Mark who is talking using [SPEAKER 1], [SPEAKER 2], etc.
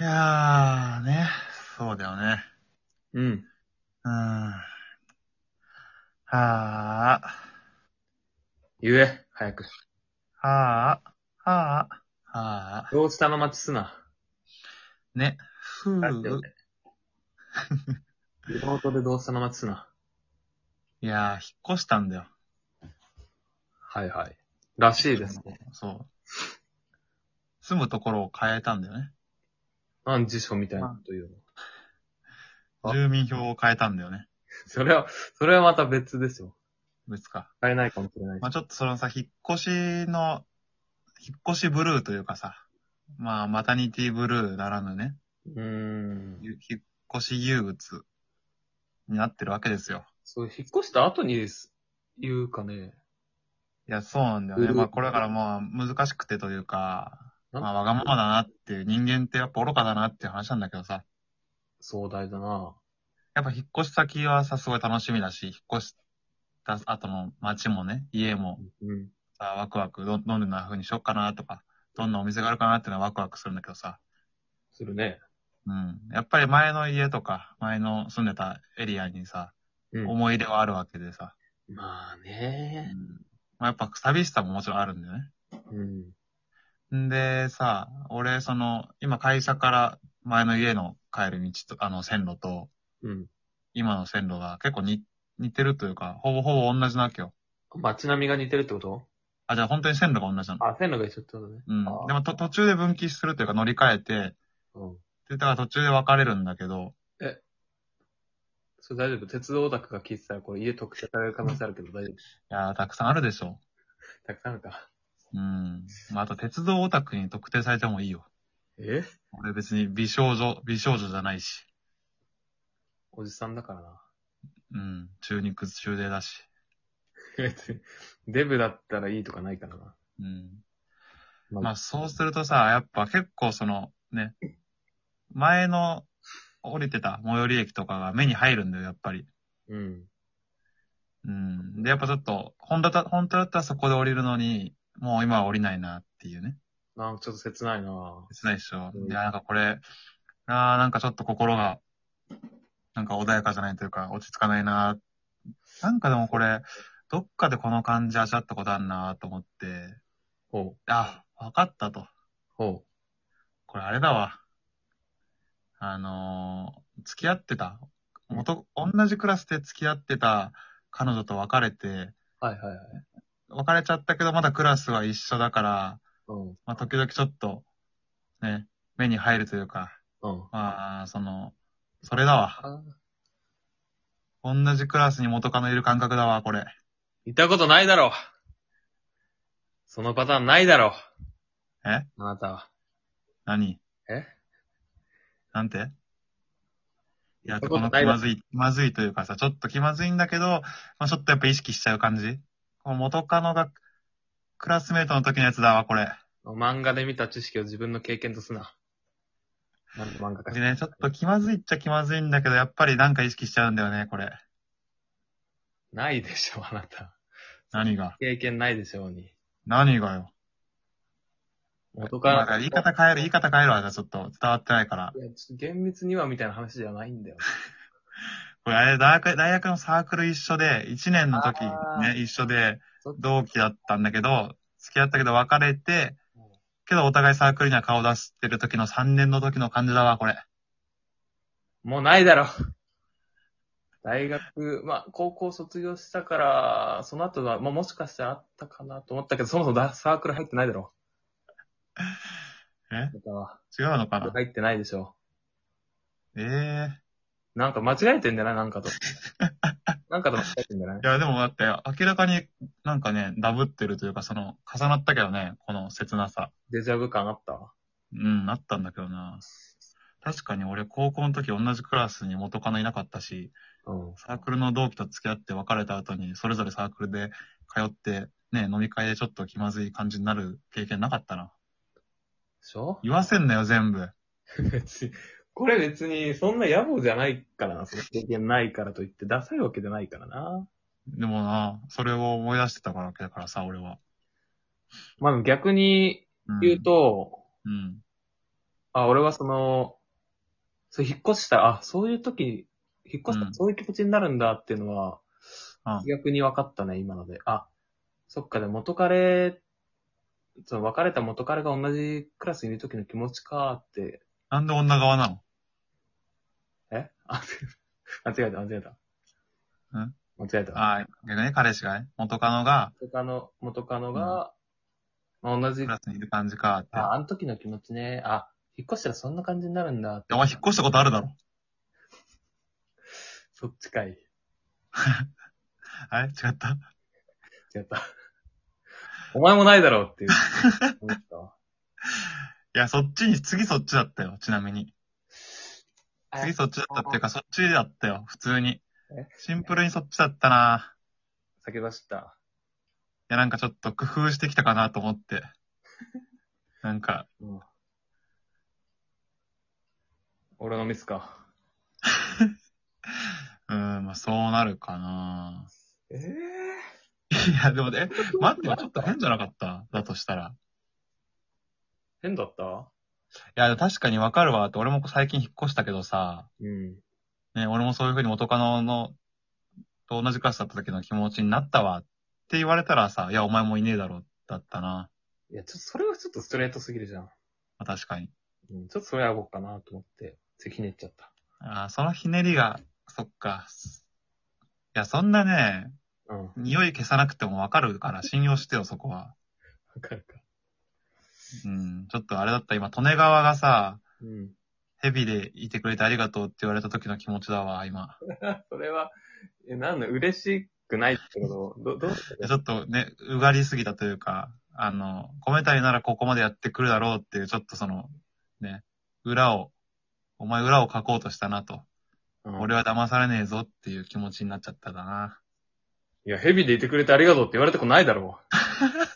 [SPEAKER 1] いやーね、そうだよね。
[SPEAKER 2] うん。
[SPEAKER 1] うん。はあ、
[SPEAKER 2] 言え、早く。
[SPEAKER 1] はあ、はあ、はあ、
[SPEAKER 2] どうしたの待ちすな。
[SPEAKER 1] ね、ふ
[SPEAKER 2] だって
[SPEAKER 1] う
[SPEAKER 2] 俺。リモートでどうしたの待ちすな。
[SPEAKER 1] いやー、引っ越したんだよ。
[SPEAKER 2] はいはい。らしいですね。
[SPEAKER 1] そう。住むところを変えたんだよね。
[SPEAKER 2] 何辞書みたいなこと言うの。あ
[SPEAKER 1] 住民票を変えたんだよね。
[SPEAKER 2] それは、それはまた別ですよ。
[SPEAKER 1] 別か。
[SPEAKER 2] 買えないかもしれないし
[SPEAKER 1] まあちょっとそのさ、引っ越しの、引っ越しブルーというかさ、まあマタニティブルーならぬね、
[SPEAKER 2] うーん。
[SPEAKER 1] ゆ引っ越し憂鬱になってるわけですよ。
[SPEAKER 2] そう、引っ越した後にです言うかね。
[SPEAKER 1] いや、そうなんだよね。
[SPEAKER 2] うん
[SPEAKER 1] まあ、これだからもう難しくてというか、
[SPEAKER 2] なん
[SPEAKER 1] まあ、わがままだなっていう、人間ってやっぱ愚かだなっていう話なんだけどさ。
[SPEAKER 2] 壮大だな。
[SPEAKER 1] やっぱ引っ越し先はさ、すごい楽しみだし、引っ越した後の街もね、家も
[SPEAKER 2] うん。
[SPEAKER 1] さ、ワクワク、ど、どんな風にしよっかなとか、どんなお店があるかなっていうのはワクワクするんだけどさ。
[SPEAKER 2] するね。
[SPEAKER 1] うん。やっぱり前の家とか、前の住んでたエリアにさ、
[SPEAKER 2] う。
[SPEAKER 1] 思い出はあるわけでさ。
[SPEAKER 2] まあ
[SPEAKER 1] うん
[SPEAKER 2] ね。。
[SPEAKER 1] まあ、やっぱ寂しさももちろんあるんだよね。
[SPEAKER 2] うん。
[SPEAKER 1] んでさ、俺、その、今会社から前の家の帰る道と、あの線路と、
[SPEAKER 2] うん。
[SPEAKER 1] 今の線路が結構に似てるというか、ほぼほぼ同じなわけよ。
[SPEAKER 2] 街並みが似てるってこと
[SPEAKER 1] あ、じゃあ本当に線路が同じなの。
[SPEAKER 2] あ、線路が一緒ってことね。
[SPEAKER 1] うん。
[SPEAKER 2] あ
[SPEAKER 1] でもと途中で分岐するというか乗り換えて、
[SPEAKER 2] うん。
[SPEAKER 1] で、だから途中で分かれるんだけど、
[SPEAKER 2] それ大丈夫。鉄道オタクが聞いてたら、これ家特定される可能性あるけど大丈夫。
[SPEAKER 1] いやー、たくさんあるでしょ。
[SPEAKER 2] たくさんあるか。
[SPEAKER 1] うん。まあ、あと鉄道オタクに特定されてもいいよ。
[SPEAKER 2] え
[SPEAKER 1] 俺別に美少女、美少女じゃないし。
[SPEAKER 2] おじさんだからな。
[SPEAKER 1] うん。中肉中背だし。
[SPEAKER 2] 別にデブだったらいいとかないからな。
[SPEAKER 1] うん。
[SPEAKER 2] ま
[SPEAKER 1] まあそうするとさ、やっぱ結構そのね、前の降りてた最寄り駅とかが目に入るんだよ、やっぱり。
[SPEAKER 2] うん。
[SPEAKER 1] うん。で、やっぱちょっと、本当だ本当だったらそこで降りるのに、もう今は降りないなっていうね。
[SPEAKER 2] なんかちょっと切ないな
[SPEAKER 1] 切ないでしょ。
[SPEAKER 2] うん
[SPEAKER 1] いや、なんかこれ、あーなんかちょっと心が、なんか穏やかじゃないというか、落ち着かないななんかでもこれ、どっかでこの感じ味わったことあるなと思って、
[SPEAKER 2] ほう。
[SPEAKER 1] あ、わかったと。
[SPEAKER 2] ほ
[SPEAKER 1] これあれだわ。あのー付き合ってた。元、同じクラスで付き合ってた彼女と別れて、
[SPEAKER 2] う。はいはいはい。
[SPEAKER 1] 別れちゃったけどまだクラスは一緒だから、
[SPEAKER 2] うん。
[SPEAKER 1] まあ、時々ちょっと、ね、目に入るというか、
[SPEAKER 2] うん。
[SPEAKER 1] まあ、その、それだわ。
[SPEAKER 2] あ
[SPEAKER 1] 同じクラスに元カノいる感覚だわ、これ。
[SPEAKER 2] いたことないだろう。そのパターンないだろう。
[SPEAKER 1] え
[SPEAKER 2] あなたは。
[SPEAKER 1] 何
[SPEAKER 2] え
[SPEAKER 1] なんていや、
[SPEAKER 2] そ
[SPEAKER 1] こ
[SPEAKER 2] んなこ
[SPEAKER 1] の
[SPEAKER 2] とな
[SPEAKER 1] 気
[SPEAKER 2] いだ
[SPEAKER 1] まずい、まずいというかさ、ちょっと気まずいんだけど、まあ、ちょっとやっぱ意識しちゃう感じこの元カノが、クラスメイトの時のやつだわ、これ。
[SPEAKER 2] 漫画で見た知識を自分の経験とすな。なんで漫画か
[SPEAKER 1] で。ね、ちょっと気まずいっちゃ気まずいんだけど、やっぱりなんか意識しちゃうんだよね、これ。
[SPEAKER 2] ないでしょ、あなた。
[SPEAKER 1] 何が
[SPEAKER 2] 経験ないでしょうに。
[SPEAKER 1] 何がよ。
[SPEAKER 2] 元か
[SPEAKER 1] ま
[SPEAKER 2] ら
[SPEAKER 1] あ、言い方変える、言い方変えるわ、じゃあちょっと伝わってないから。
[SPEAKER 2] いや、ちょっと厳密にはみたいな話じゃないんだよ。
[SPEAKER 1] これあれ、大学、大学のサークル一緒で、1年の時
[SPEAKER 2] あー
[SPEAKER 1] ね、一緒で
[SPEAKER 2] そっ、ち
[SPEAKER 1] 同期だったんだけど、付き合ったけど別れて、けどお互いサークルには顔出してる時の3年の時の感じだわ、これ。
[SPEAKER 2] もうないだろ。 大学、まあ、高校卒業したから、その後は、まあ、もしかしたらあったかなと思ったけど、そもそもだサークル入ってないだろ。
[SPEAKER 1] え
[SPEAKER 2] だか
[SPEAKER 1] 違うのからな
[SPEAKER 2] 入ってないでしょ。
[SPEAKER 1] ええ
[SPEAKER 2] なんか間違えてんじゃないなんかと。なんかと間違えてんじゃない
[SPEAKER 1] いや、でもだって、明らかになんかね、ダブってるというか、その、重なったけどね、この切なさ。
[SPEAKER 2] デジャブ感あった
[SPEAKER 1] うん、あったんだけどな。確かに俺、高校の時同じクラスに元カノいなかったし、
[SPEAKER 2] うん。
[SPEAKER 1] サークルの同期と付き合って別れた後に、それぞれサークルで通って、ね、飲み会でちょっと気まずい感じになる経験なかったな。
[SPEAKER 2] でしょ
[SPEAKER 1] 言わせんなよ、全部。
[SPEAKER 2] 別に、これ別に、そんな野暮じゃないからな。その経験ないからといって、ダサいわけじゃないからな。
[SPEAKER 1] でもな、それを思い出してたからだからさ、俺は。
[SPEAKER 2] まあ、逆に
[SPEAKER 1] うん
[SPEAKER 2] 言うと、
[SPEAKER 1] うん。
[SPEAKER 2] あ、俺はその、そう、引っ越した、あ、そういう時、引っ越した、
[SPEAKER 1] うん
[SPEAKER 2] そういう気持ちになるんだっていうのは、
[SPEAKER 1] うん
[SPEAKER 2] 逆に分かったね、今ので。あ、そっか、で、元彼、その別れた元彼が同じクラスにいる時の気持ちかって、
[SPEAKER 1] なんで女側なの
[SPEAKER 2] えあ、 間違えた、間違えた。
[SPEAKER 1] うん
[SPEAKER 2] 間違えた。
[SPEAKER 1] ああ、逆に彼氏がね、元カノが
[SPEAKER 2] 元カノ、元カノが、まあ、同じ
[SPEAKER 1] ク、ラスにいる感じかって。
[SPEAKER 2] あ、あの時の気持ちね、あ、引っ越したらそんな感じになるんだって
[SPEAKER 1] お。前引っ越したことあるだろ
[SPEAKER 2] そっちかい。
[SPEAKER 1] あれ違った
[SPEAKER 2] 違った。お前もないだろうっ ていう。思ったわ
[SPEAKER 1] いや、そっちに、次そっちだったよ、ちなみに。次そっちだったっていうか、そっちだったよ、普通に
[SPEAKER 2] え。
[SPEAKER 1] シンプルにそっちだったな
[SPEAKER 2] 酒出した。
[SPEAKER 1] いや、なんかちょっと工夫してきたかなと思って。なんか、
[SPEAKER 2] うん俺のミスか。
[SPEAKER 1] うーん、まあそうなるかな
[SPEAKER 2] ええ
[SPEAKER 1] いや、でもね、待ってよ、ちょっと変じゃなかっただとしたら。
[SPEAKER 2] 変だった
[SPEAKER 1] いや、でも確かにわかるわって、俺も最近引っ越したけどさ、
[SPEAKER 2] うん。
[SPEAKER 1] ね、俺もそういう風に元カノの、と同じクラスだった時の気持ちになったわって言われたらさ、いや、お前もいねえだろ、だったな。
[SPEAKER 2] いや、ちょっとそれはちょっとストレートすぎるじゃん。
[SPEAKER 1] まあ、確かに。
[SPEAKER 2] うん、ちょっとそれはやぼうかなと思って、ちょっとひねっちゃった。
[SPEAKER 1] ああ、そのひねりが、そっか。いや、そんなね、
[SPEAKER 2] うん。わ
[SPEAKER 1] 匂い消さなくてもわかるから信用してよ、そこは。
[SPEAKER 2] かるか。
[SPEAKER 1] うん、ちょっとあれだった、今、利根川がさ、
[SPEAKER 2] うん。
[SPEAKER 1] ヘビでいてくれてありがとうって言われた時の気持ちだわ、今。
[SPEAKER 2] それは、え、なんだ、嬉しくないってことど、どう
[SPEAKER 1] いやちょっとね、うがりすぎたというか、あの、コメたりならここまでやってくるだろうっていう、ちょっとその、ね、裏を、お前裏を書こうとしたなと。
[SPEAKER 2] う ん
[SPEAKER 1] 俺は騙されねえぞっていう気持ちになっちゃっただな。
[SPEAKER 2] いや、ヘビでいてくれてありがとうって言われたことないだろう。